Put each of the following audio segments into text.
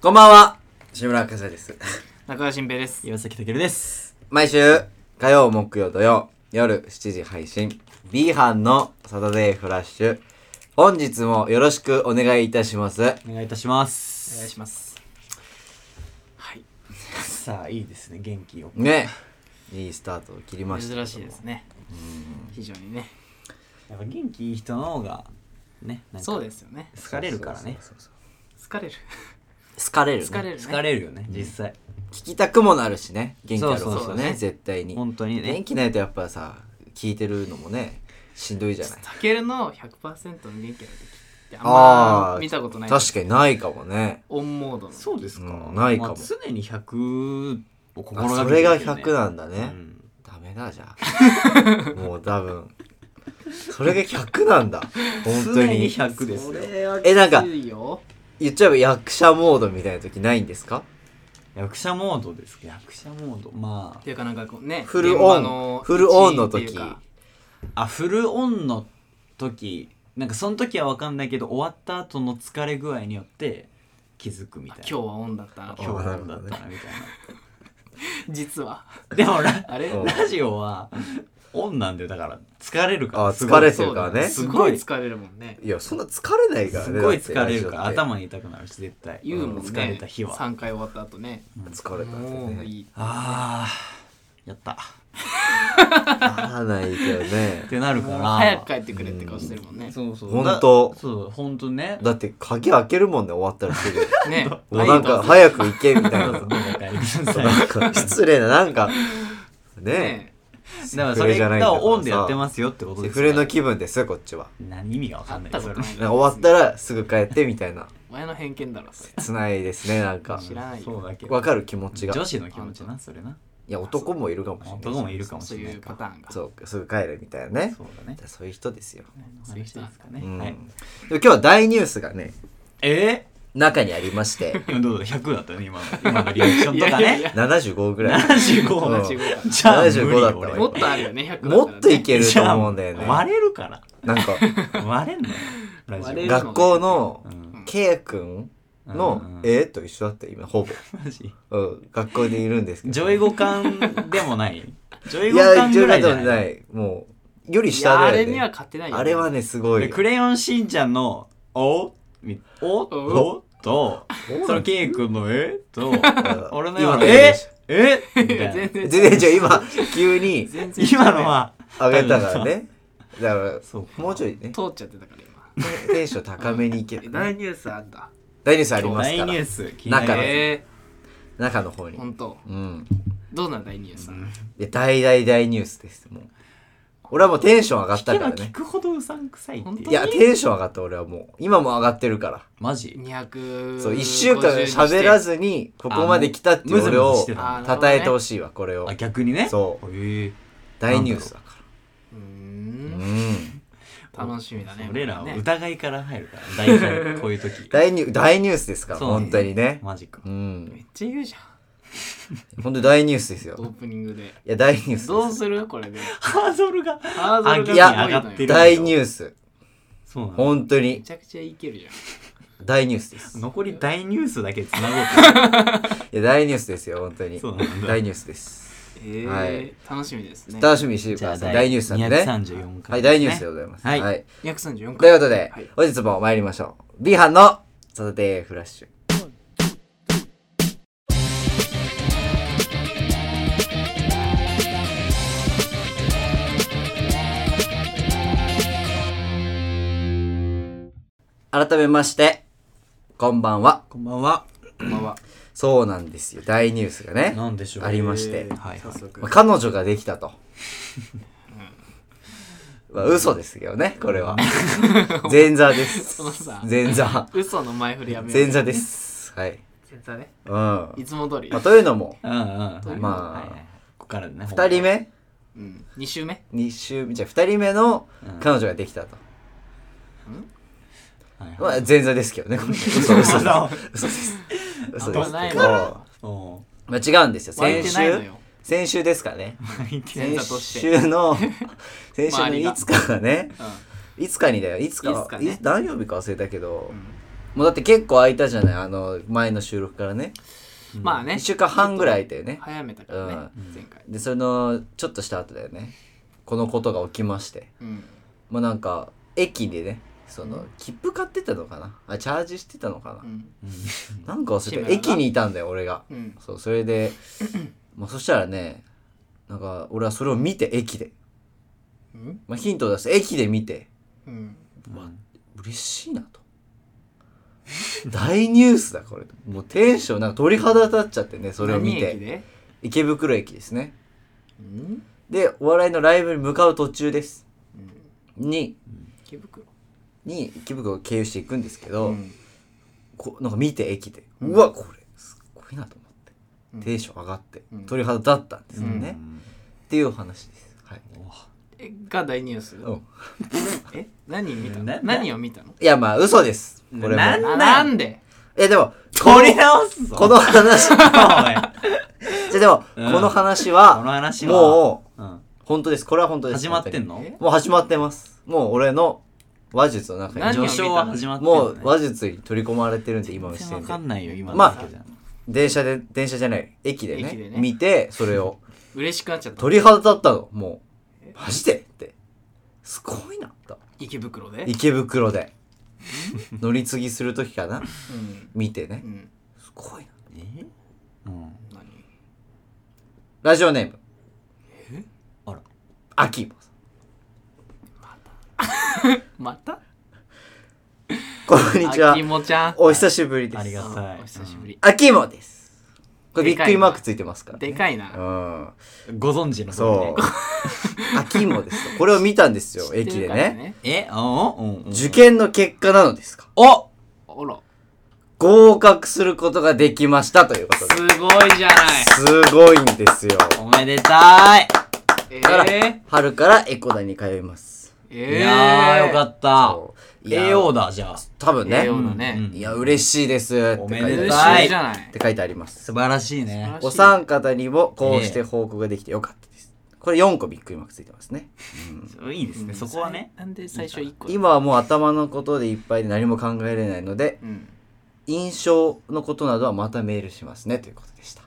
こんばんは、志村和也です。 中川新平です。岩崎健です毎週火曜、木曜、土曜、夜7時配信、B 班のサタデーフラッシュ。本日もよろしくお願いいたします。お願いいたしまお願いすします。はい。さあいいですね元気をね。いいスタートを切りました。珍しいですね。非常にね。やっぱ元気いい人の方がねなんかそうですよね。好かれるからねそうそうそう疲れる。そう。好かれる、ね。好かれるね好かれるよね実際聞きたくもなるしね。元気あるそうこそうとそうね、ね絶対に。本当に元ね気ないとやっぱさ、聞いてるのもね、しんどいじゃない。タケルの100%の元気ある時ってあんあまー見たことない。確かにないかもね。オンモードの。そうですかうんないかもまあ常に100をあ心がそけれてがるけどね100なんだね。うんダメだじゃあ もう多分それが100なんだ本当常にに100ですよはえなんかきついよ言っちゃえば役者モードみたいな時ないんですか役者モードです役者モードまっていうかなんかこうね。フルオン現場のフルオンの一員っ時ていうかああフルオンの時なんかその時は分かんないけど終わった後の疲れ具合によって気づくみたいな今日はオンだったな。日今日は何だったなみたいな 実は。でも ラあれうんラジオはオンなんだよだから疲れるからあすご疲いれてるからねすごい疲れるもんね。いやそんな疲れないからねすごいだって疲れるからラジオって頭に痛くなるし絶対言うもんね。疲れた日は3回終わった後ね。疲れたもんうでねいい。あーやったっならないけどねてなるから早く帰ってくれって顔してるもんね。そうそうほんとだそう本当ねだって鍵開けるもんね終わったらす ぐね。もうなんか早く行けみたいどうなぞどうぞお帰りくださいなん か失礼ななんかねねだからそれがオンでやってますよってことセですフかレのら気分ですよこっちは何意味がわかんない会ったことないなんか終わったらすぐ帰ってみたいなお前の偏見だろ、それつないですねなんか知らないよそうだけどわかる気持ちが女子の気持ちなそれないや男もいるかもしれない男もいるかもそしうれないいうかパターンが。そうすぐ帰るみたいなねそうだねそういう人ですよ、そういう話人ですかうねんはいでも今日は大ニュースがねえ中にありまして ー今どうだ100だったよね今の今のリアクションとかいやいやいねや75ぐらい75うんじゃあ無理75だったわ俺もっとあるよね、100だもったらねっといけると思うんだよじねゃあ割れる からなんか割れんのよラジオ割れる学校のうんケイ君のえ絵と一緒だったよ今ほぼ、マジうん、学校にいるんですけど上位互換でもない上位いや互換ぐらいじゃ上位互換ないいもうよりい下や、あだれよにねは勝てないよ。あれはねすごいでクレヨンしんちゃんの「お」み「お」と「と」そのケイ君の「え」とうん俺の今の「今え」えみたいな全然全然じゃあ今急に全然違う今のは上げたからねだからそうかもうちょいね通っちゃってたから今。テンション高めにいける、ね、大 ニュースあんだ。大ニュースあります大からニュース気になる中でえ中の方ー、にほんと。うんどうなん大ニュースはで大大大ニュースですもう俺はもうテンション上がった聞けからばね聞くほどうさんくさいって本当いやテンション上がった俺はもう今も上がってるからマジ200。そう1週間喋らずにここまで来たっていう俺あもうムをズムズしてたあー称えてほしいわこれをあ逆にねそうえ大ニュースだかうー。らうんん楽しみだね。俺らはね疑いから入るから大体こういう 時大ニュ大ニュースですからそうね本当にねマジかうんめっちゃ言うじゃん。本当に大ニュースですオーよプニングで。いや大ニュースどうですするこれで。ハードルがハードルがいやすごいのよ上がってる大ニュースそうなの本当めにちゃくちゃいけるじゃん。大ニュースです残り大ニュースだけつなごうかいや大ニュースですよ本当にそうなんだ大ニュースですえーはい楽しみですね。楽しみにしてください大ニュースなんでねは234回い、ですね大ニュースでございます。はい234回。ということで、はい本日も参りましょう。B 班のサタデーフラッシュ。改めまして、 こんばんは。こんばんはこんばんは。そうなんですよ。大ニュースがね、なんでしょうありましてえー。はいは早い速まあ。彼女ができたと。まあ、嘘ですけどね、これは。前座です そのさ。前座。嘘の前振りやめよう前座です。はい。前座ね。うん。まいつも通りあ、。というのも、うんうんまあはいはいはいここからね2人目うん。2週目二週目、じゃあ2人目のうん彼女ができたと。はいはいまあ、前座ですけどね、これ嘘嘘です。だ嘘です。嘘ですないけのど。おうまあ、違うんですよ。湧い先てないの週、よ。先週ですかね。泣いて前先座として週 の、先週の周りがいつかがね、うんいつかにだよ。いつか、いつかねい何曜日か忘れたけど、うんもうだって結構空いたじゃないあの前の収録からねまあね1週間半ぐらい空いたよね早めたからね、うん前回でそのちょっとした後だよねこのことが起きましてうんもうなんか駅でねその、うん切符買ってたのかなあチャージしてたのかな、うんなんか忘れた志村が駅にいたんだよ俺がうんそうそれ でまあそしたらねなんか俺はそれを見て駅で、うんまあ、ヒントを出して駅で見てうんわ嬉しいなと大ニュースだこれもうテンションなんか鳥肌立っちゃってねそれを見何駅てで池袋駅ですねうんでお笑いのライブに向かう途中ですうんに池袋に池袋を経由していくんですけど、うんこなんか見て駅で、ううんわこれすごいなと思って、うんテンション上がって、うん鳥肌立ったんですよね、っていうお話ですはい、えが大ニュースうん、え何見たなの何を見たのいやまあ嘘ですこれもなんあなんでえでも取り直すぞこの話 じゃこあでも、うんこの話はの話はもううん本当ですこれは本当です始まってんのえもう始まってます。もう俺の話術の中何に。を序章は始まってんものう話術に取り込まれてるんで今の全時然わ点でか。んないよ今のまあだけじゃん電車で、電車じゃない、駅でね、駅でね見て、それを。嬉しくなっちゃった鳥肌立ったの、もう。マジでって。すごいなと。池袋で池袋 で。乗り継ぎする時かなうん見てねう。んすごいな。えうん何ラジオネーム。あらアキーボさんまたこんにちはあき。もちゃんお久しぶりでありがすとう。あお久しぶりアキーボです。これびでっかいなくりマークついてますから、ね。。でかいうなんご存知のそう。秋芋ですと。これを見たん ですよ、駅でね。うえうんうんうん受験の結果なのですかおあら合格することができましたということですごいじゃない。すごいんですよ。おめでたいえだからー、春からエコダに通います。えいやーよかたったそういや AO だじゃあ多分ね。 AO だねいや、嬉しいですって書いてあおめりでまたす。嬉いしいじゃないって書いてあります。素晴らしいねお三方にもこうして報告ができてよかったです。これ4個びっくりマークついてますね。いいですねそこはねなんで最初一個今はもう頭のことでいっぱいで何も考えれないので、うん印象のことなどはまたメールしますねということでした。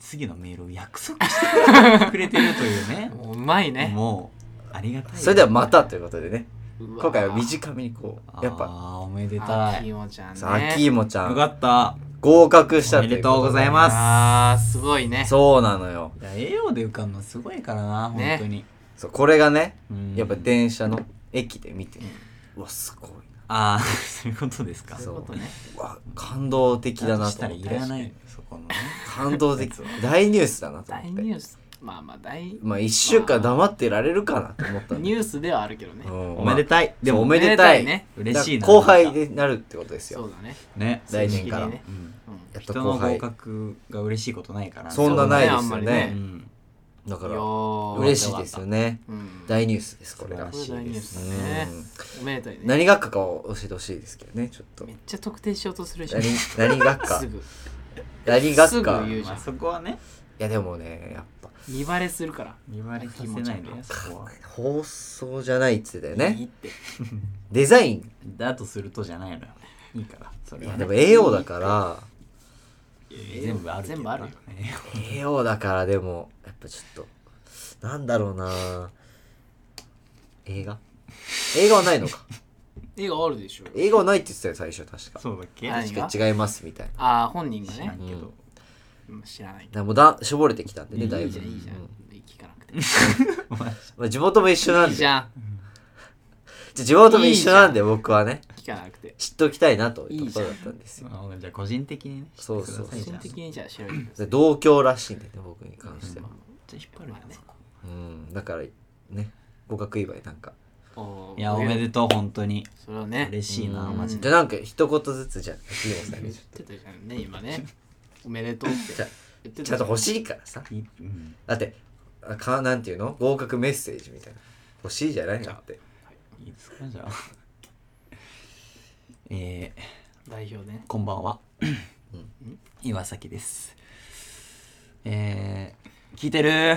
次のメールを約束してくれてるというねもううまいねもうありがたいそれではまたということでねうわ今回は短めにこうやっぱあーおめであたいきよもちゃんねさあきいもちゃかんった合格したおとめいうでことうございますあーすごいねそうなのよいや栄養で受かんのすごいからな本ね当にそうこれがねうんやっぱ電車の駅で見てうわすごいなああそういうことですかそういうことねうわ感動的だだとなしとたら思っいてらないそこのね感動的大ニュースだなと大思っニてュースまあまあ大ニまあ1週間黙ってられるかなと思ったんだュースではあるけどねけどうんおめでたいででもおもめでたいおめでたいね嬉しいだなから後輩になるってことですそようだねね来年から正式にねうんうんやっと人後の合輩格が嬉しいことないからそんなないであすんよまりうねねんだかいやらー嬉しいですよねうん大ニュースですこれがこれ大ニュースだねうんおめでたいね何学科かを教えてほしいですけどねちょっとめ っちゃ特定しようとするし何何学科すぐ何学すぐ科言いうじゃまんあそこはねやでもねやっぱ見バレするから見張りさせないでそこは放送じゃないっつってたよいいねってデザインだとするとじゃないのよいいからそいれはやねでも AO だから全部あるけど全部あるよね AO だからでもやっぱちょっとなんだろうな映画映画はないのか絵があるでしょ映画はないって言ってたよ最初確か そうだっけはい確か違いますみたいなだかああ本人が知らんねけどうん知らないけらもうだ絞れてきたんでねどだいいいぶじゃんいいじゃんうん聞かなくてお前まあ地元も一緒なんいでいじじゃゃんあ地元も一緒なんで僕はね聞かなくて知っときたいなというところだったんですよじゃあ個人的にねそうそう知って個くださいじゃ人あ的にじゃあ調べてくださでい同郷らしいんでね僕に関しては、じゃあ引っ張るわねうん、だからね合格祝いなんか、おーいやおめでとう本当にそれはね嬉しいなうんマジじゃあなんか一言ずつじゃあ秋元さん言 にってたじゃんね今ねおめでとうってじゃあ言ってちゃたんと欲しいからさでいいうんだってあかなんていうの合格メッセージみたいな欲しいじゃないだっていいですかじゃあ えー、代表ねこんばんはん岩崎ですえー、聞いてる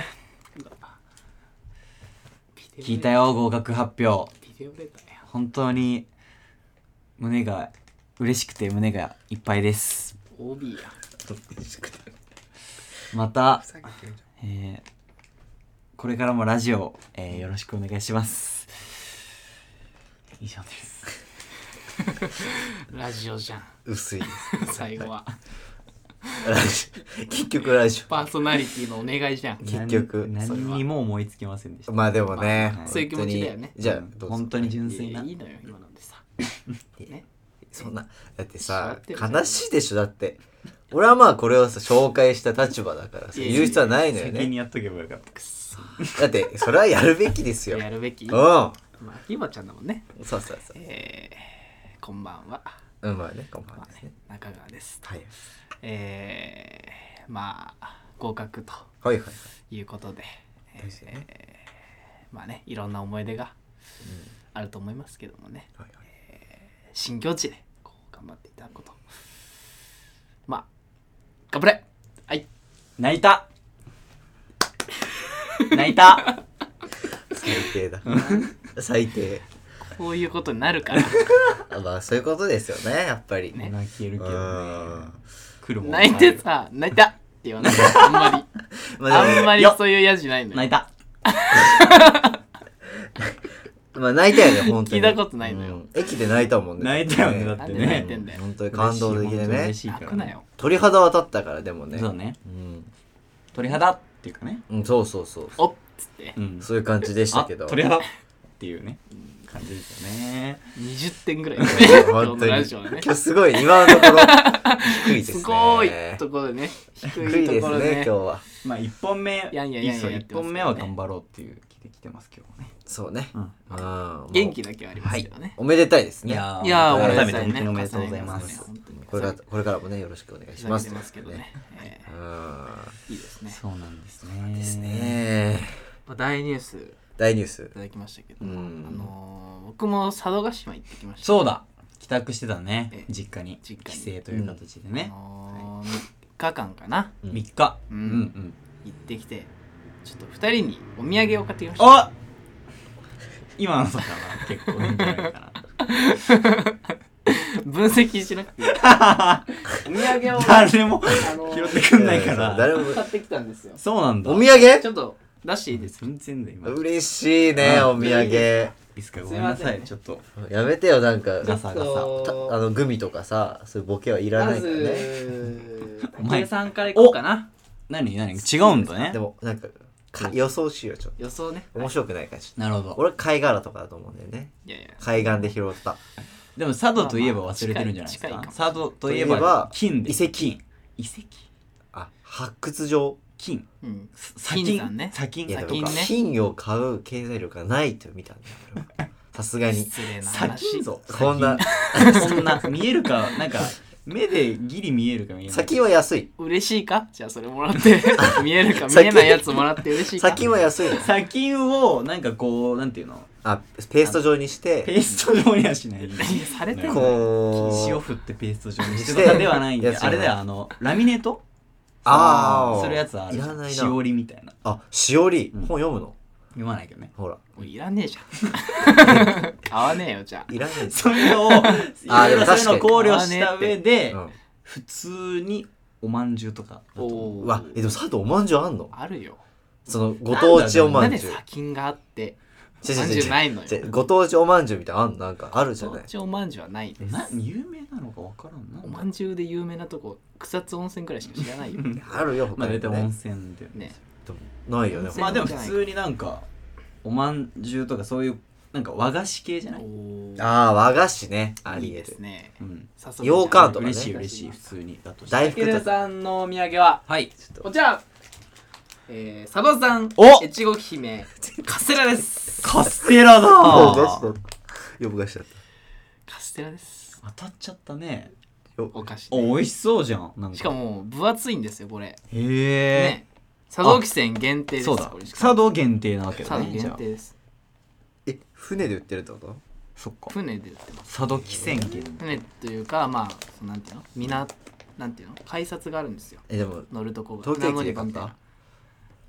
聞いたよ合格発表ビデオレターや本当に胸が嬉しくて胸がいっぱいです。 OB やまた、えーこれからもラジオ、えーよろしくお願いします。以上です。ラジオじゃん薄い 最後はラジオ結局ラジパーソナリティのお願いじゃん 結局何それは何にも思いつきませんでした。オまあでもね、まあそういう気持ちだよね本当にじゃあどうぞ本当に純い粋や。ないいのよ今なんでさねそんなだってさ座ってる悲しいでしょだって俺はまあこれをさ紹介した立場だからさいやいや言う必要はないのよ先ねにやっとけばよかった。くっそだってそれはやるべきですよやるべきうんまそあひまちゃんだもんねうそうそうえー、こんばんは、うんまあねこんばんはまあねね、中川ですはいえー、まあ合格とはいはいいうことで、えーですねまあねいろんな思い出があると思いますけどもねはいはい新境地でこう頑張っていただくことまあ頑張れはい泣 いた泣いた最低だ最低こういうことになるからあまあそういうことですよねやっぱりね泣けるけどね。来るもん泣いてさ泣いたって言わないあんまりまあであんまりよっそういうやじないのよ泣いたもまあ泣いたよね本当に聞いたことないのようん駅で泣いたもんね泣いたよねだってねなんで泣いてんだよ本当に感動的でね嬉しい泣からくなよ鳥肌渡ったからでもねそうねうん鳥肌っていうかねうんそうそうそうおっつってうんそういう感じでしたけどあ鳥肌っていうね感じですよね20点ぐらい、本今日の当にラジオはね今日すごい今のところ低いですすねごいところでね低低いいでとこすろね今で日はまあ1本目やんやんやんやんそうやってます一本目は頑張ろうっていう気で来てますけどねそうねうんうん元気だけはありますけどね、おめでたいですいねやいや改ー改めて本当におめでとうございまねす本当にこれからこれからもねよろしくお願いふしざまけすてますけどね、えうんーいいですね、そうなんですねですねまあ、大ニュースい大ニュースただきましたけど、うあんのー僕も佐渡島行ってきましたそうだ帰宅してたえねえ実家に実帰家に省という形であねのー、3日間かなうん3日ううんんうん行ってきてちょっと2人にお土産を買ってきましたあ今のとかな結構いいんじゃない か分析しなくていいお土産なを誰もあの拾ーってくんないから誰も 買ってきたんですよそうなんだお土産ちょっと出していいですか全然だ今いい嬉しいねうんお土産ですかごめんなすいまさせんいねちょっとやめてよなんかガサガサたあのグミとかさそういうボケはいらまないからねず、お前竹井さんからいこうかな。何何違うんだねでもなんかか予想しようちょっ予想ね。と面白くないからちょっなるほとど俺貝殻とかだと思うんだよねいやいや、海岸で拾ったでも佐渡といえば忘れてるんじゃないですか,、まあまあ近佐渡といえといえばば金で遺跡金遺跡あ発掘場金うん。砂金山ね砂金いや砂で金もね金を買う経済力がないと見たんだよ俺はさす がに失礼な砂話金。ぞこんな砂金そんな見えるかなんか目でギリ見えるか見えない先は安い嬉しいかじゃあそれもらって。 見えるか見砂金えないやつもらって嬉しいか。先は安いの砂金をなんかこうなんていうのあペースト状にしペてースト状にはしない何されてんのこう塩振ってペースト状にししててとかではないんでやつじゃあないれだよあのラミネートああするやつあるいじゃらんないしなおりみたいなあしおりうん本読むの読まないけどねほらもういらねえ じゃん。買わねえよ、じゃあ。いらないそういうのを、いろいろそういうのを考慮した上で、うん普通におまんじゅうとかだと思う。おうーわえでも佐藤おまんじゅうあんのあるよ。そのご当地おまなんんでじゅう砂金があって、違う違うおまんじゅうないのよ違う違うご当地おまんじゅうみたいなのあんのなんかあるじゃそないっちおまんじゅうはないです。な有名なのかわからんな。おまんじゅうで有名なとこ、草津温泉くらいしか知らないよ。あるよ他にもねまあ大体温泉で。ね。でもないよね温ままああでも普通になんか、おまんじゅうとかそういう、なんか和菓子系じゃないおーあー和菓子ねあいりいえでするね。うん。早速羊羹とかね嬉しい嬉しい、普通に。だとして大福ケルとかさんのお土産ははい。こちら、えー、サバさん、お越後姫、カステラです。カステラだお菓子だ呼ぶ菓子だっカステラです。当たっちゃったね。たよお菓子お、で。美味しそうじゃん。なんしか。も、分厚いんですよ、これ。へえ。ね。佐渡汽船限定です。そうだこれ。しか佐も渡限定なわけだ佐渡ね。じ限ゃあ定。です。え船で売ってるってことそっか。船で売ってます。佐渡汽船限定。船というか、まあ、そのなんていうの皆、なんていうの改札があるんですよ。えでも乗るとこが。東京駅で船乗り場みたいな。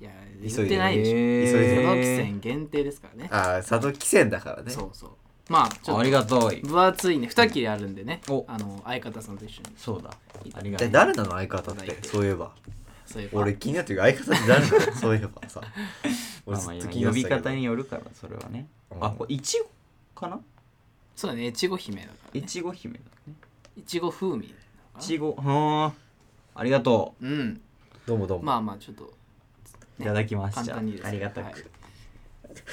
いや、急いで言ってないでしょ。急い佐で渡汽船限定ですからね。ああ佐渡汽船だからねそうそう。まあちょあっりがといと分厚いね2切れあるんでねおあの相方さんと一緒にそうだありがとでう誰なの相方ってそういえばそういう俺気になってるけど相方って誰なのそういえばさ俺まあずまあっと気にな呼ってびたけど方によるからそれはねうんあこれいちごかなそうだねいちご姫だから、いね、ちご姫だねいちご風味いちごはありがとうんどうもどうもまあまあちょっとういただきまし簡た単にですあねりがたはいく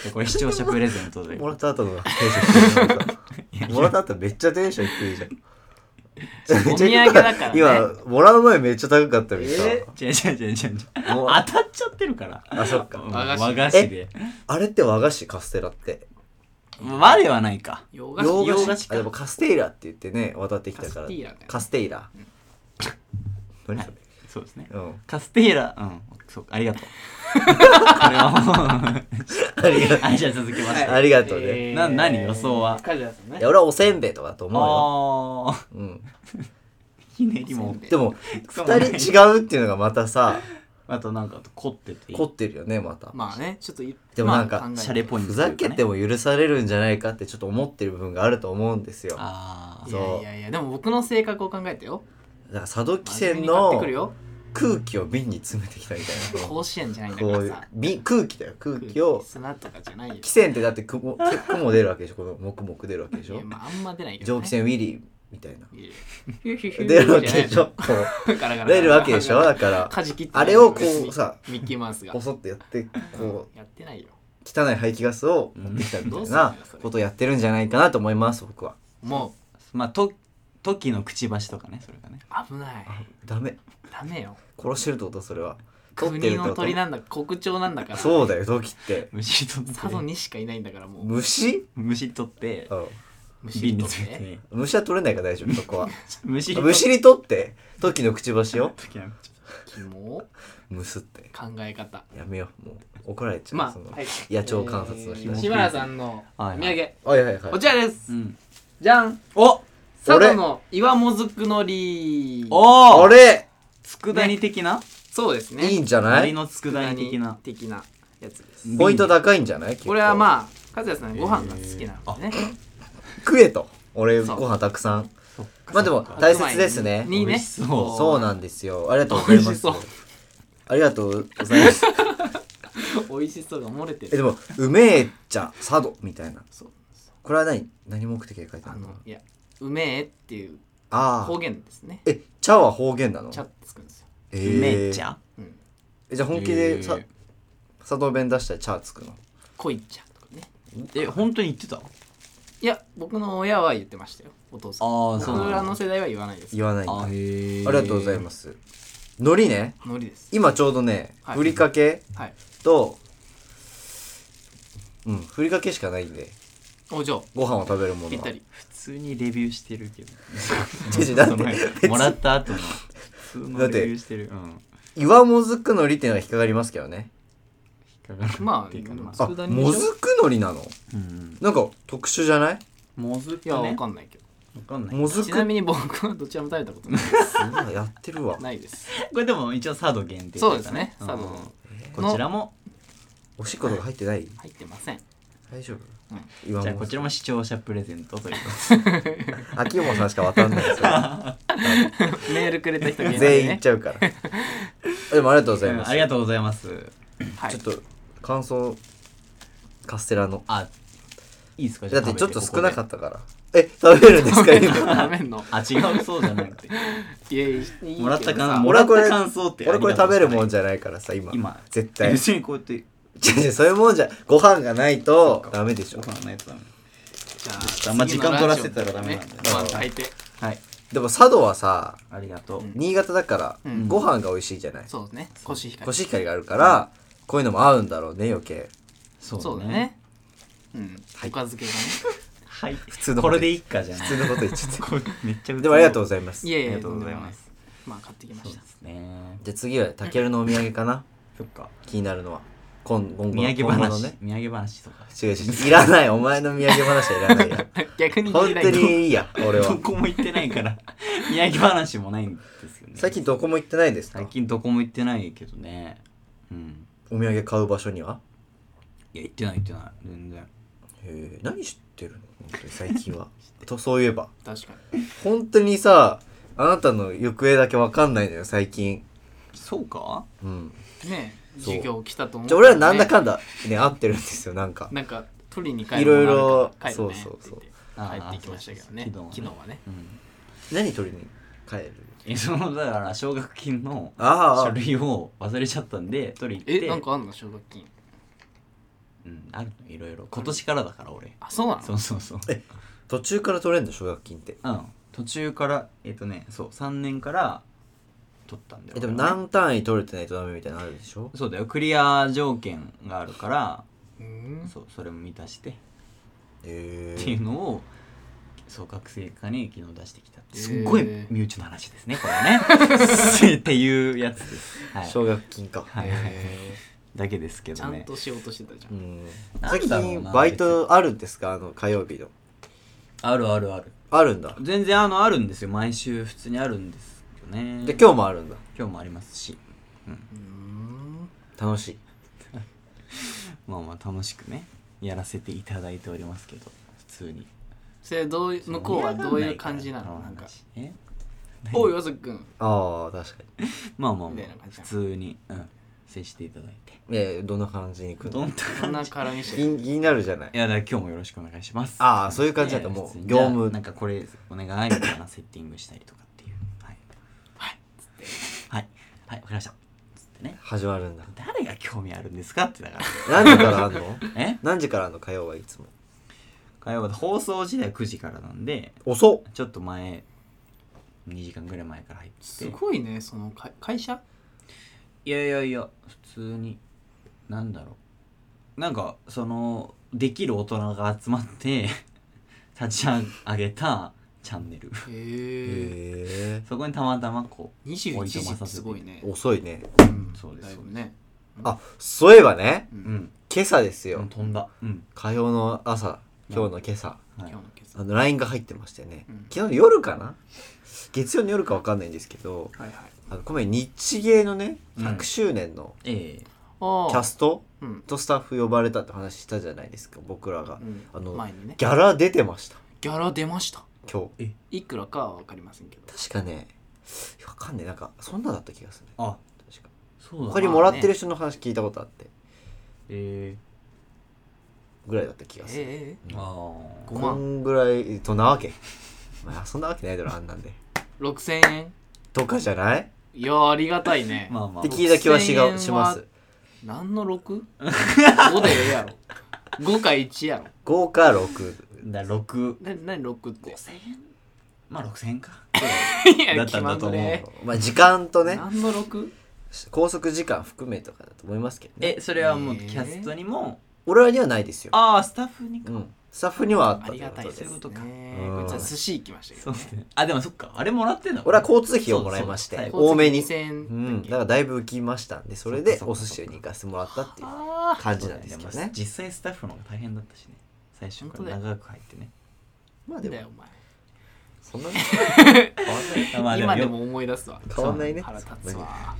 でこれ視聴者プレゼントでもらった後のテンション低いなもらった後めっちゃテンション低いじゃんお土産だからね今もらう前めっちゃ高かったのにさ、違う違う違う違う違うもう当たっちゃってるからあそっうんか和菓子和菓子であれって和菓子カステラって和ではないか洋菓洋菓子子洋菓子かあでもカステイラって言ってね渡ってきたからカステイラだよカステイラ何それそうですねうんカステーラうんそうあり がとうこれはもあ りがうはいじゃあ続きましてありがとうねえーな何予想はカジュアさんねいや俺はおせんべいとかだと思うよああうんひねりもでもくそもない2人違うっていうのがまたさあとなんか凝ってていい凝ってるよねまたまあねちょっといでもなんかまあ考えてシャレっぽいんふですよざけても許されるんじゃないかってちょっと思ってる部分があると思うんですよだかああいそうやいやいやでも僕の性格を考えてよら佐渡汽真面目船に買ってのくるよ空気を瓶に詰めてきたみたいなこ甲子園じゃないんうだこからうさ瓶空気だよ空気を砂とかじゃないよ汽船ってだって 雲雲出るわけでしょこのもくもく出るわけでしいょやまああんま出ないけど、蒸ね、気船ウィリーみたいな 出出るわけでしょこ ガラガラガラガうラ出るわけでしょだからカジキってあれをこうさミッキーマウスがこそってやってこうやってないよ汚い排気ガスを持ってきたみたいなうんどうすんのよそれことをやってるんじゃないかなと思います僕はもまあと時のくちばしとかねそれがねう危ないダメダメよ殺してるってことそれは取ってるっ国てこのと鳥なんだ国鳥なんだからそうだよ時って虫取って佐渡にしかいないんだからもう虫虫取ってうん虫瓶にとにっつていて虫は取れないから大丈夫そ こは虫取虫にとって時のくちばしを時の口キモむすって考え方やめようもう怒られちゃう、まそのあ、はい、野鳥観察の人えたーち島原さんのお土はい産、ははいいはいはいこちらです、うんじゃんお佐渡の岩もずくのりおあおれ佃煮的なそうですねいいんじゃない鳥の佃煮的な的なやつですポイント高いんじゃないこれはあまあ和也さんご飯が好きなんでね、食えと俺そうご飯たくさんそっまあでも大切ですねに美ね味しそうこそうなんですよありがとうござい美ま味しすそうありがとうござい ます美味しそうが漏れてえるでもうめえ茶佐渡みたいなそうこれは何何目的で書いてああるののいやうめえっていうあ方あ言ですねえ茶は方言なのちゃってつくんですよ、えーめっちゃうん、えじゃあ本気でさ、えー佐渡弁出したら茶つくのこいちゃとかねえ本当に言ってたいや僕の親は言ってましたよお父さんああそう僕ならんのだ世代は言わないです言わないんだああへりえがとうございます海苔ねのりです今ちょうどね、はいふりかけはいとうんふりかけしかないんでおじゃあご飯を食べるものはぴったり普通にレビューしてる け違どう違うだってその別にもらった後の普通のレビューしてるうん岩もずくのりっていうのが引っかかりますけどね引っかかるまあっていうかまああ佃煮でしょもずくのりなのうんなんか特殊じゃないもずくいやわねかんないけどわかんないもずくちなみに僕はどちらも食べたことないうわやってるわないですこれでも一応佐渡限定 そうですねうん佐渡こちらもおしっことか入ってない入ってません 大丈夫うん岩じゃあもこずちらも視聴者プレゼントということでく秋山さんしか渡んないですよメールくれた人限定全員行っねちゃうからでもありがとうございますありがとうございますはい ちょっと感想カステラのあいいですかだってちょっと少なかったったからえ食べるんですか今食べんのあ違うそうじゃなくていやいいけどさもらった感も俺はらっこれた感想って俺これ食べるもんじじゃないからさ今今絶ゃ 対違別にこうやってう違うそういうもんじゃご飯がないとダメでしごょ飯のやつだもんじゃあんま時間取らせたらダメなんだよねご飯炊いてはいでも佐渡はさありがとううん新潟だからうんご飯が美味しいじゃないそうですねコシヒカリコシヒカリがあるからこういうのも合うんだろうね余計そそうだねうんおかず系がねはい普通のこれでいいかじゃな普い通のこと言っちゃっ これめっちゃてでもありがとうございざいますいじやいやありがとうございますまあ買ってきまそうしでたすねゃあ次はたけるのお土産かなそっか気になるのは今今後の土産今後の話ね土産話とか違う違ういらないお前の土産話はいらないや 逆に本嫌い当にいいや俺 はどこも行ってないから土産話もないんですよね最近どこも行ってないですか最近どこも行ってないけどねうんお土産買う場所にはいや行ってない行ってない全然へへえ何知ってるの本当に最近は とそういえば確か本当にさあなたの行方だけわかんないのよ最近そうかうんにねそう授業来たと思うじゃあ俺らなんだねかんだね合ってるんですよなんかなんか取りに帰いろいろものがあるから帰るねそうそうそうって言って帰ってきましたけどねあーそうそう昨昨日日はねうん何取りに帰るえそのだから奨学金のあ書類を忘れちゃったんで取りに行ってえなんかあんの奨学金うんあるのいろいろ今年からだから俺あそうなのそうそうそう途中から取れんの奨学金ってうん途中からえっ、とねそう3年から取ったんだよえでも俺はね何単位取れてないとダメみたいなのあるでしょそうだよクリア条件があるからうんそうそれも満たしてっへていえうのをそう学生課に昨日出してきたってへーすっごい身内の話ですねこれはね っていうやつです、はい、奨学金かはいはいだけですけちどゃねんとしようとしてたじゃうんんな最んだろうな近バイトあるんですかあの火曜日のあるあるあるあるんだ全然あのあるんですよ毎週普通にあるんですよねで今日もあるんだ今日もありますしうん楽しいまあまあ楽しくねやらせていただいておりますけど普通にそれどういう向こうはどういう感じなのなんかえ「おいよずくんああ確かまあまあみまたいなあ感じ普なの通に、うん、接していただいてにいやいやどんな感じに来るどのんなこんな感じ絡みして気に気になるじゃない いやだから今日もよろしくお願いしますああそういう感じだったいやいやもう普通に業務じゃあなんかこれお願いみたいなセッティングしたりとかっていうはいはいはいはいわかりましたつってね始まるんだ誰が興味あるんですかってだか何時からあんのらえ何時からあんの火曜はいつも火曜日放送時代9時からなんで遅っちょっと前2時間ぐらい前から入っててすごいねそのか会社いやいやいや普通になんだろうなんかそのできる大人が集まって 立ち上げたチャンネルへえへそこにたまたまこう21時ってすごいねえ遅いねうんそうですだいぶねあそういえばねううんん今朝ですよ飛んだうん火曜の朝今日の今朝は今い日の決あ断の LINE が入ってましてねうん昨日の夜かな月曜の夜かわかんないんですけどはいはいあのこの前日芸のねうん100周年のええああキャストうんとスタッフ呼ばれたって話したじゃないですか僕らがうんあの前にねギャラ出てましたギャラ出ました今日いくらかは分かりませんけど確かねわかんねえなんかそんなだった気がするねあ確かそう他だになもらってる人の話聞いたことあってえぐらいだった気がするええあ5こ万んぐらいとなわけ まあそんなわけないだろあんなんで6000円とかじゃないいやーありがたいねあまあまっあて聞いた気はし6000円がはします何の 6?5 でええやろ5か1やろ5か6だ6な何6って 千円まあ6000円かいやだったんだと思気まぐうれまあ時間とね何の 6? 拘束時間含めとかだと思いますけどねえそれはもうキャストにも俺らにはないですよああスタッフにうかんスタッフにはあったあとりいうがたいことですですねこうんいつは寿司行きましたけそどうですねあでもそっかあれもらってんだ俺は交通費をもらいましそうてそう多めに交通費う2000円んだからだいぶ浮きましたんでそれでそっおかそっか寿司に行かせてもらったっていうあ感じなんですけどそうだよねね実際スタッフの方が大変だったしね最初本か当だらよ長く入ってねまああでだよもお前そんなにまあ今でよも思い出すわ変わんないね腹立つわ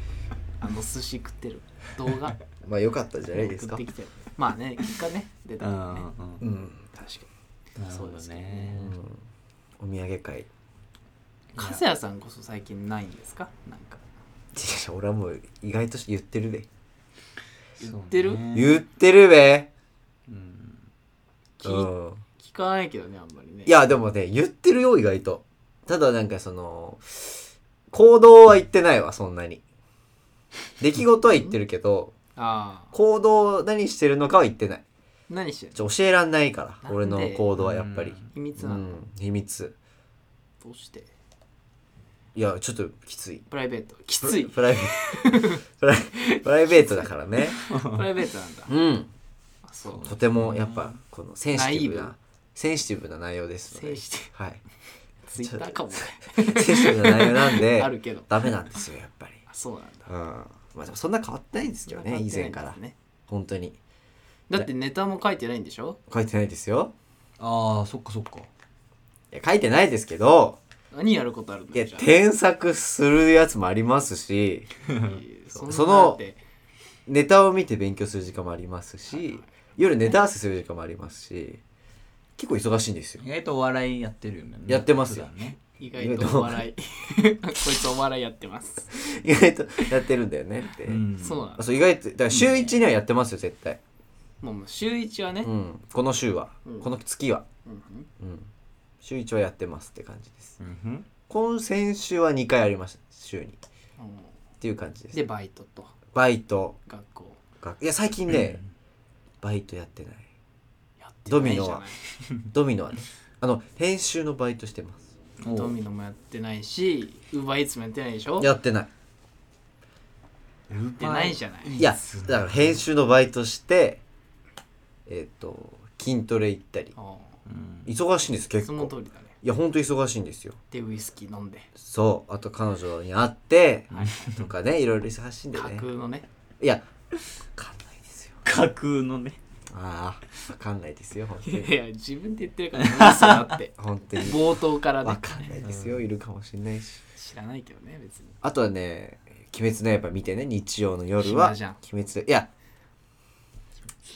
あの寿司食ってる動画まあ良かったじゃないです送かってきてるまあね結果ね出たうんからうねんううんん確かになるほそうどですけどねねうんお土産会 加瀬谷さんこそ最近ないんですかなんかいや俺はもう意外と言ってるべ、言ってるそうね言ってるべ、うん聞,、うん、聞かないけどねあんまりねいやでもね言ってるよ意外とただなんかその行動は言ってないわそんなに出来事は言ってるけどああ行動何してるのかは言ってない何してんのちょ教えらんないからなんで俺の行動はやっぱり秘密うなの、ん秘密どうしていやちょっときついプライベートき ついプライベートプライベートだからねプライベー トなんだうんあそうとてもやっぱこのセンシティブナイーブなセンシティブな内容ですのセでンシティはいブツイッターかもねセンシティブな内容なん あでるけどダメなんですよやっぱりあそうなんだうんまあでもそんな変わってないんですけどね以前からね本当にだってネタも書いてないんでしょ書いてないですよああそっかそっかいや書いてないですけど何やることあるんいだやよじゃあ添削するやつもありますしいやそんなそのだってネタを見て勉強する時間もありますし夜ネタ合わせする時間もありますし結構忙しいんですよ意外とお笑いやってるよねやってますよ普段ね意外とお笑い こいつお笑いやってます、意外とやってるんだよねって、うんそうなあそう意外とだから週1にはやってますよ絶対、のもう週一はね、うん、この週は、うんこの月は、うんうん、週1はやってますって感じですうんふん今先週は2回ありました週にっていう感じですでバイトとバイト学校がいや最近ね、バイトやってないやってないじゃなドいミノはドミノはねあの編集のバイトしてますおうドミノもやってないしウーバーイーツもやってないでしょやってないってないじゃないいやだから編集のバイトしてえっ、と筋トレ行ったりおうん忙しいんですう結その構通りだねいやほんと忙しいんですよでウイスキー飲んで、そうあと彼女に会ってはい、とかねいろいろ忙しいんで架ね空のねいや分かんないですよ架空のねああ分かんないですよ本当 いにや自分で言ってるから嘘だ って本当に冒頭から分ねかんないですよいるかもしれないし知らないけどね別にあとはね「鬼滅の刃」見てね日曜の夜暇はじゃん「鬼滅」いや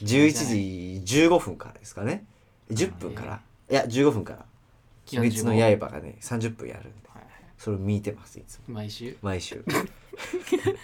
11時15分からですかね10分からいや15分から「鬼滅の45刃」がね30分やるんではいはいそれを見てますいつも毎週毎週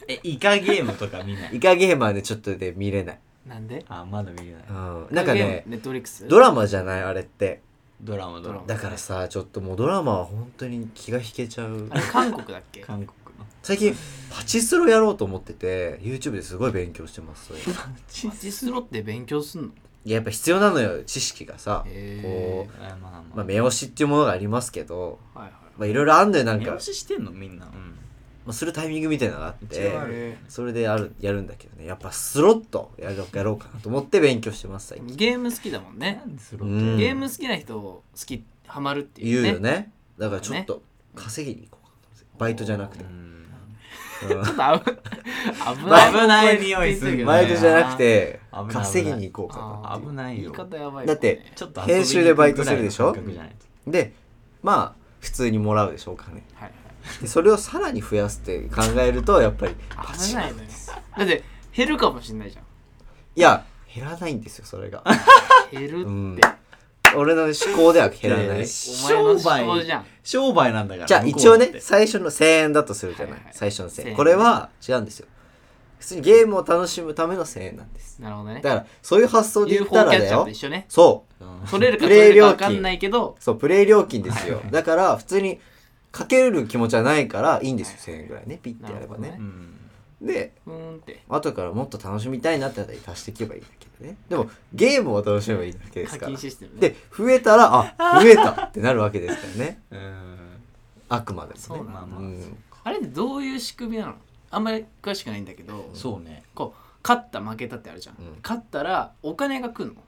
えイカゲームとか見ないイカゲームはねちょっとで見れない、なんであまだ見れないうん、なんかねネットフリックスドラマじゃないあれってドラマドラマだからさちょっともうドラマは本当に気が引けちゃうあれ韓国だっ け韓国の最近パチスロやろうと思ってて YouTube ですごい勉強してますそれいパチスロって勉強すんのややっぱ必要なのよ知識がさへこあまあう、ままあ、あ目押しっていうものがありますけどはいはいまあいろいろあんのよなん目か押、ししてんのみんなうんまあ、するタイミングみたいなのがあっ一応あてるへそれでやるやるんだけどねやっぱスロットやろうやろうかなと思って勉強してます最ー近ゲーム好きだもんねなんでそれうんゲーム好きな人好きハマるってい言ううねよねだからちょっと稼ぎに行こうかと思ってバイトじゃな くて、うんちょっと あぶ危ない危ない匂いするよねバイトじゃなくて危ない危ない稼ぎに行こうかなあー危ないよ言い方やばいもんねだってちょっと編集でバイトするでしょ遊びに行くぐらいの感覚じでまあ普通にもらうでしょうかねはいでそれをさらに増やすって考えるとやっぱりはパいチ危ンないのよだって減るかもしんないじゃんいや減らないんですよそれが減るって、うん俺の思考では減らゃなないいじお前の思考じゃん商売なんだからゃあ向こう一応っねて最初の1000円だとするじゃない、はいはい最初の1000 1000円円これは違うんですよ普通にゲームを楽しむための1000円なんですなるほどねだからそういう発想で言 UFO ったらキャッだチャーよと一緒ねそううん取れる かプ取レイれるか料分金かんないけどそうプレイ料金ですよだから普通にかける気持ちはないからいいんですよ1000円ぐらいねピッてやればなねるうんでうーんって後からもっと楽しみたいなってなったら足していけばいいだけでねでもゲームを楽しめばいいだけです課から金システムねで増えたらあ増えたってなるわけですからねうんあくまでもねそうなんだまあまあうんそうあれってどういう仕組みなのあんまり詳しくないんだけどそうねこう勝った負けたってあるじゃん、うん勝ったらお金が来るの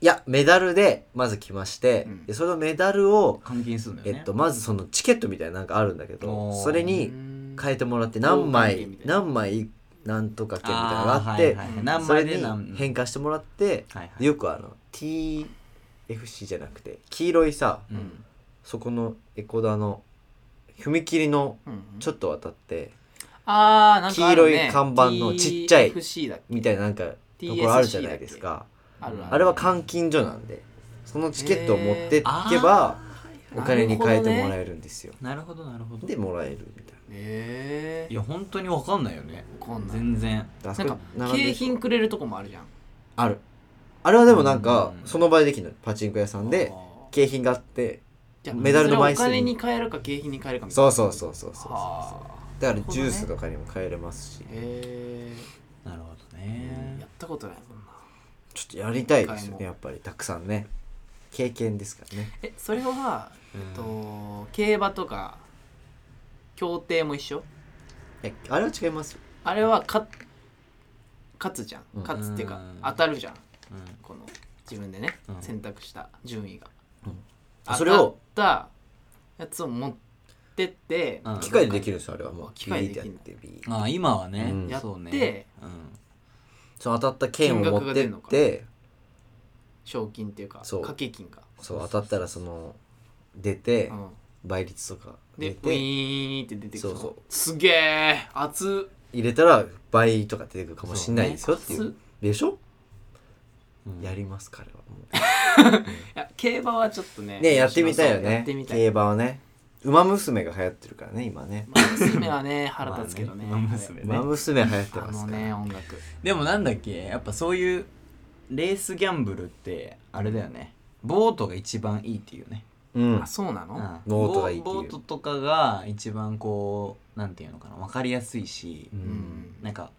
いやメダルでまず来まして、うんでそのメダルを、換金するんだよえねっと、まずそのチケットみたいななんかあるんだけどおーそれうにーん変えてもらって何枚交換券みたいな何枚なんとか券みたいなのあがーあっはて、いはいはいうん何それ枚で何に変化してもらって、はいはいでよくあの TFC じゃなくて黄色いさ、うんそこのエコダの踏切のうんちょっと渡ってあーなんかあるね黄色い看板のちっちゃい TFC だっけみたいななんかところあるじゃないですか、あるあるあれは換金所なんでそのチケットを持っていけばお金に変えてもらえるんですよ、なるほどなるほどでもらえるみたいえいや本当にわかんないよねー、わかんない全然なあそなこんか並んで景品くれるとこもあるじゃんあるあれはでもなんかうんその場でできるのパチンコ屋さんであー景品があってじゃあメダルの枚数にそれはお金に変えるか景品に変えるかみたいそなうそうそうそうそうはだからジュースとかにも変えれますし、ーへなるほどえねやったことないもんなちょっとやりたいですよ一回もねやっぱりたくさんね経験ですからねえそれは、うんえっと競馬とか競艇も一緒いやあれは違いますよあれは勝勝つじゃんうん勝つっていうかうん当たるじゃんうんこの自分でね、うん選択した順位が、うん当たそれをったやつを持ってって、うん機械でできるんですよあれはもう機械でできビるーってやってビーああ今はねうんそうやってねうんその当たった券を持って金額っが出て賞金っていうかそう掛け金か、そう当たったらその出てうん、倍率とかで出ウてィーンって出てくるのそうそうすげえ熱っ入れたら倍とか出てくるかもしれないですよっていそううねでしょうんやります彼はもや競馬はちょっとねねやってみたいよやねってみたい競馬はね馬娘が流行ってるからね今ねまあ娘は ね腹立つけどねまあね馬娘馬娘流行ってあますのから、ね音楽でもなんだっけやっぱそういうレースギャンブルってあれだよねボートが一番いいっていうね、うんあそうなの、うんボートがいいっていうボボートとかが一番こうなんていうのかな分かりやすいし、ううんんなんか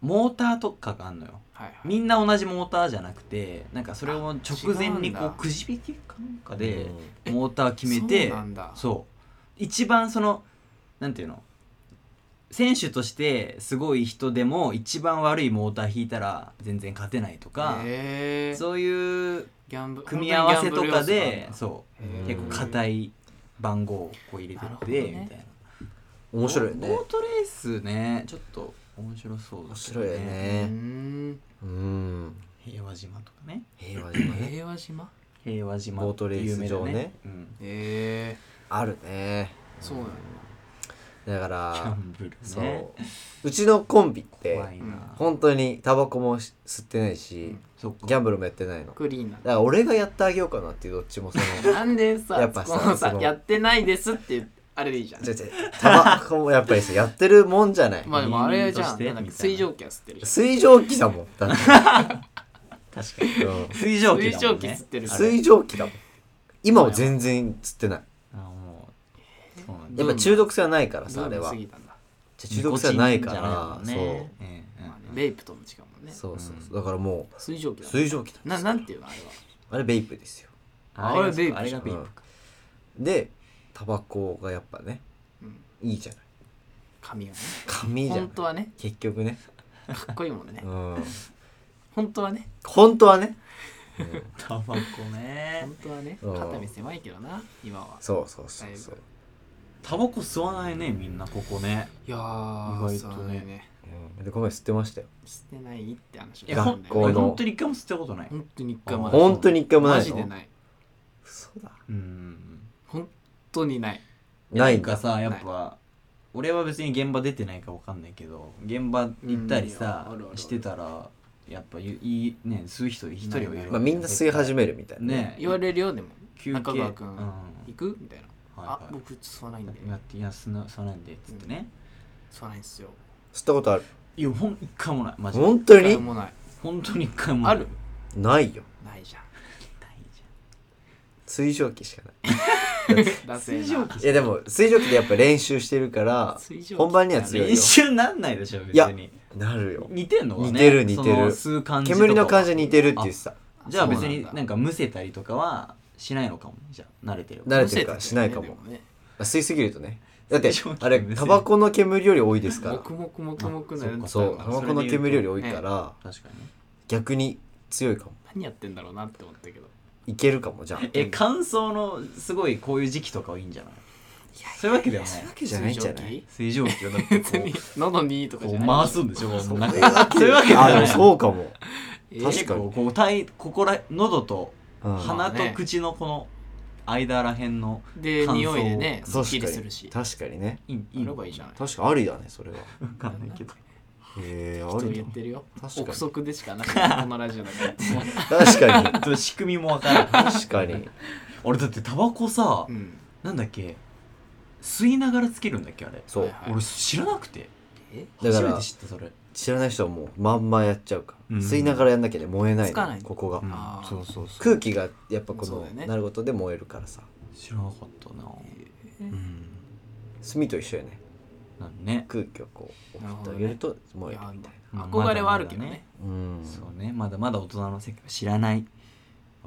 モーターとかがあんのよはいはいみんな同じモーターじゃなくてなんかそれを直前にあ違うんこうだくじ引きかなんかうでんモーター決めてそうなんだそう一番そのなんていうの選手としてすごい人でも一番悪いモーター引いたら全然勝てないとか、へえそういうギャンブル組み合わせとかで本そうへー結構硬い番号をこう入れてなるっほて、どねみたいな面白いよねボートレースねちょっと面白そうだ面け白どいよ当にうーねんうん平和島とかね平和島ね平和島平和島ボートレース場ね有名だうんええあるねそうなんだだかギャらンブルねそううちのコンビって怖いな、本当にタバコもし吸ってないしそっかギャンブルもやってないのだかクリーンなら俺がやってあげようかなっていうどっちもそのなんでさ、やっぱさこのさそ、のやってないですって言う、あれでいいじゃん違う。違うタバコもやっぱりさやってるもんじゃないまあでもあれじ人ゃ間としん、てなんかみたいな水蒸気は吸ってるじゃん。水蒸気だもんだって確か にうん水蒸気水だ蒸もん気ね吸ってる。水蒸気だもん今は全然釣ってないあもうそうなんやだっぱ中毒性はないからブさあーれムは過じゃぎたんだ。あ中毒性はないかニらコチンじゃないもんそねええうんまあねベイプとも違うもんうね。そうそうそううんだからも水蒸気うだ。水蒸気だななんていうのあれは。あれベイプですよあれあれベイプじゃんあれがベイうプんでタバコがやっぱねうんいいじゃない髪がね。紙じゃ本ん当はね、結局ねかっこいいもんねう。ん本当はね、本当はね、うんタバコね本当はね、うん肩身狭いけどな、今は。そうそうそうそう タバコ吸わないねみんなここねいやー、意外とねそうだね。うんでこの前吸ってましたよ吸ってないって話をしいやたんだよこねの本当に一回も吸ったことない本当に一回もない。本当に一回もないマのジでない。嘘だうん本当にない。ないなんんかださやっぱ俺は別に現場出てないからわかんないけど現場行ったりさうんいやあるあるあるしてたらやっぱいいね吸う人一人はいるわけまあみんな吸い始めるみたいなね言われるよ、でも。休憩中川君うん行くみたいな。あはいはい僕吸わないんでやっていや吸わ吸わないんでっつってね吸わないんですよ吸ったことあるいやほん一回もないマジで本当一回にもない本当に一回もなあいるないよないじゃないじ水蒸気しかない んだってな水蒸気いやでも水蒸気でやっぱ練習してるから水蒸気本番にはゃん強いよ練習なんないでしょ別いやになるよ似てんのはね似てる似てるその吸う感じとかは煙の感じに似てるって言ってたじゃあ別そうになんだなんかむせたりとかはしないのかもじゃあ慣れてる慣れてるからしないかもでね吸いすぎるとねだって水蒸気あれ無タ線バコの煙より多いですから黙々黙々なやつそそううタかバコの煙より多いから確かにね逆に強いかも何やってんだろうなって思ったけどいけるかもじゃあえ乾燥のすごいこういう時期とかはいいんじゃないそういうわけではないけじゃないんじゃない水蒸水蒸気をだってこ 気別に喉にいいとうかこじゃうない回すんでしょこうなんかそういうわけではあでなもいそうかもえー確確かかににこう体ここら喉とうん鼻と口のこの間らへんので乾燥匂いでねすっ確きりかすにるし確かにねいいやればいいじゃない確かにありだねそれはわかんないけどへえあ人り言ってるよ確かに憶測でしかなくてこのラジオ だからだ確かにちょっと仕組みもわからない確かに俺だってタバコさうんなんだっけ吸いながらつけるんだっけあれそうはいはい俺知らなくてえだから初めて知ったそれ知らない人はもうまんまやっちゃうから、うん吸いながらやんなきゃね燃えないつかなのいここが、うんあーそうそうそう空気がやっぱこそうの、だよねなることで燃えるからさ知らなかったなうん炭と一緒よねなんね空気をこう送ってあげると燃えるみたいうん憧れはあるけどねなうんそうねまだまだ大人の世界を知らない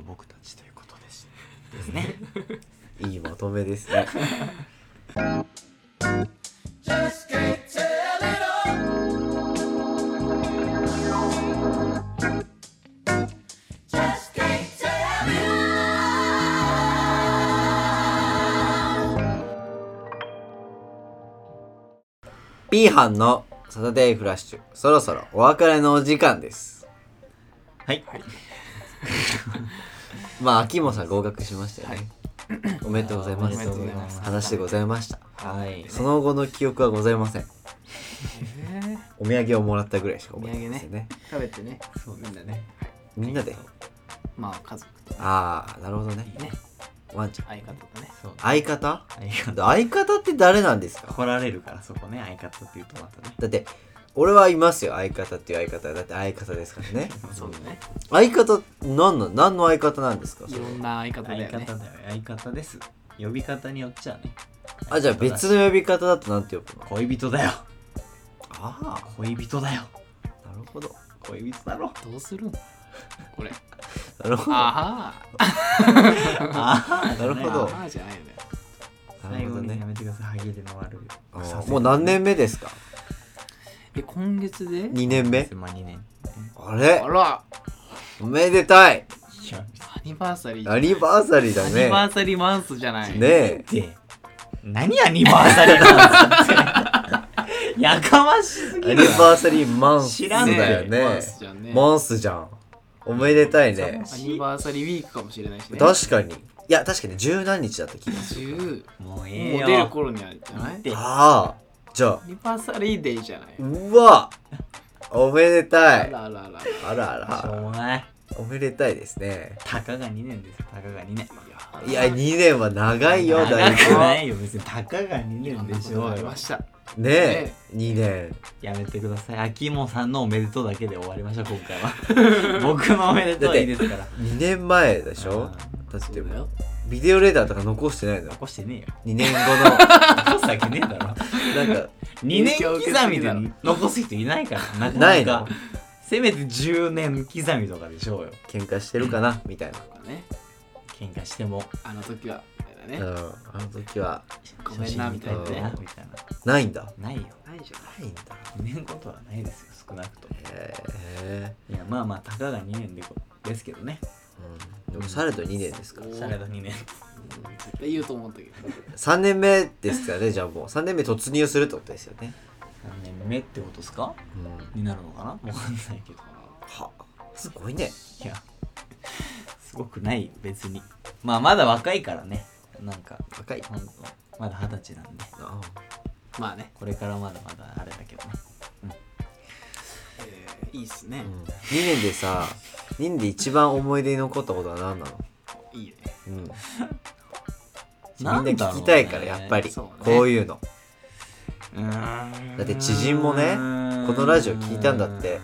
僕たちということですですねいいまとめですね B 班のサタデーフラッシュそろそろお別れのお時間ですはいまあ秋もさん合格しましたよね、おめでとうございまおめでとうございますす話でございましたはいその後の記憶はございませんえーお土産をもらったぐらいしか覚えてませんね食べてねそうみんなねみんなでまあ家族とああなるほどねいいねワンちゃん相方とねそう相方相方相方って誰なんですか来られるからそこね相方っていうとまたねだって俺はいますよ相方っていう相方だって相方ですからねそうだね相方何なん何の相方なんですかいろんな相方だ相よね方だよ相方です呼び方によっちゃねあじゃあ別の呼び方だとなんて呼ぶの恋人だよああ恋人だよなるほど恋人だろ どうするんこれなるほどあああなるほはーどあはーじゃないよねな最るほど後にやねめてくださいハゲで回るあーもう何年目ですかえ今月で2年目まあ2年ああれらおめでたいいやアニバーサリーアニバーサリーだアニバねーサリーマンスじゃないねえで何アニバーサリーなんですかやかましすアぎニ るわバーサリーマンス知だらんねよマねンスじゃんねマンスじゃんおめでたいねアニバーサリーウィークかもしれないしね確かにいや確かに十何日だった気がする10もうええもよう出る頃にはじゃないでああじゃあアニバーサリーデイじゃないうわおめであたいらあらあらあらあしょうらもないおめでたいですねたかが2年ですよたかが2年いや2年は長いよ長だいくぶないよ別にたかが2年ででししょょううよました ねえ2年やめてください秋元さんのおめでとうだけで終わりましょう今回 は僕のおめでとうはいいですから2年前でしょだってそうだよビデオレーダーとか残してないの残してねえ2よ年 後残すわけねえだろのなんか2年刻みで残す人いないからななかないのかせめて10年刻みとかでしょうよ喧嘩してるかなみたいなね喧嘩してもあの時はみたいなうんねあの時はごめんなみたいなうねんみたいないんだなないよないじゃないないんだ2年ことはないですよ少なくともへえいやまあまあたかが2年でこですけどねうんでもされど2年ですからされど2年絶対言うと思ったけど3年目ですからねじゃあもう3年目突入するってことですよね何年目ってことですかうんになるのかなわかんないけどはすごいねいやすごくない別にまあまだ若いからねなんか若いほんとまだ二十歳なんでああまあねこれからまだまだあれだけどねえーいいっすね2年でさ2年で一番思い出に残ったことは何なの、いいねうん、みんななんだろうね聞きたいからやっぱり、そうねこういうのだだって知人もねこのラジオ聞いたんだって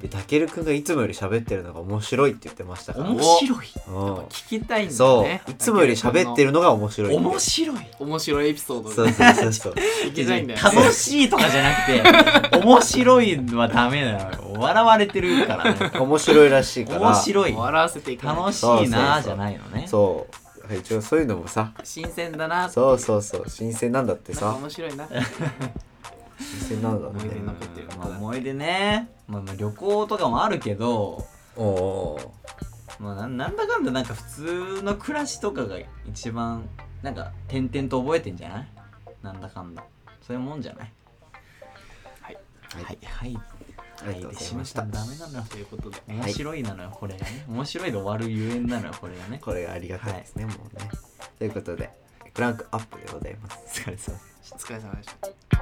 でたけるくんがいつもより喋ってるのが面白いって言ってましたから面白いうん聞きたいんだそねういつもより喋ってるのが面白い面白い面白いエピソードそうでそうそうそう聞きたいんだよね楽しいとかじゃなくて面白いはダメだよ笑われてるからね面白いらしいから面白い笑わせていく楽しいなじゃないのねそう一応そういうのもさ新鮮だなっていそうそうそう新鮮なんだってなんかさ面白いな新鮮なんだっ思いて出の残ってるまあ思い出ね、まあ、まあ旅行とかもあるけど、おおーまあ、なんなんだかんだなんか普通の暮らしとかが一番なんか点々と覚えてんじゃないなんだかんだそういうもんじゃないはいはいはいありがとうございましたはいでしダメなのよということで面白いなのよこれがね面白いで終わるゆえんなのよこれがねこれがありがたいですね、もうねということでクランクアップでございますお疲れ様お疲れ様でした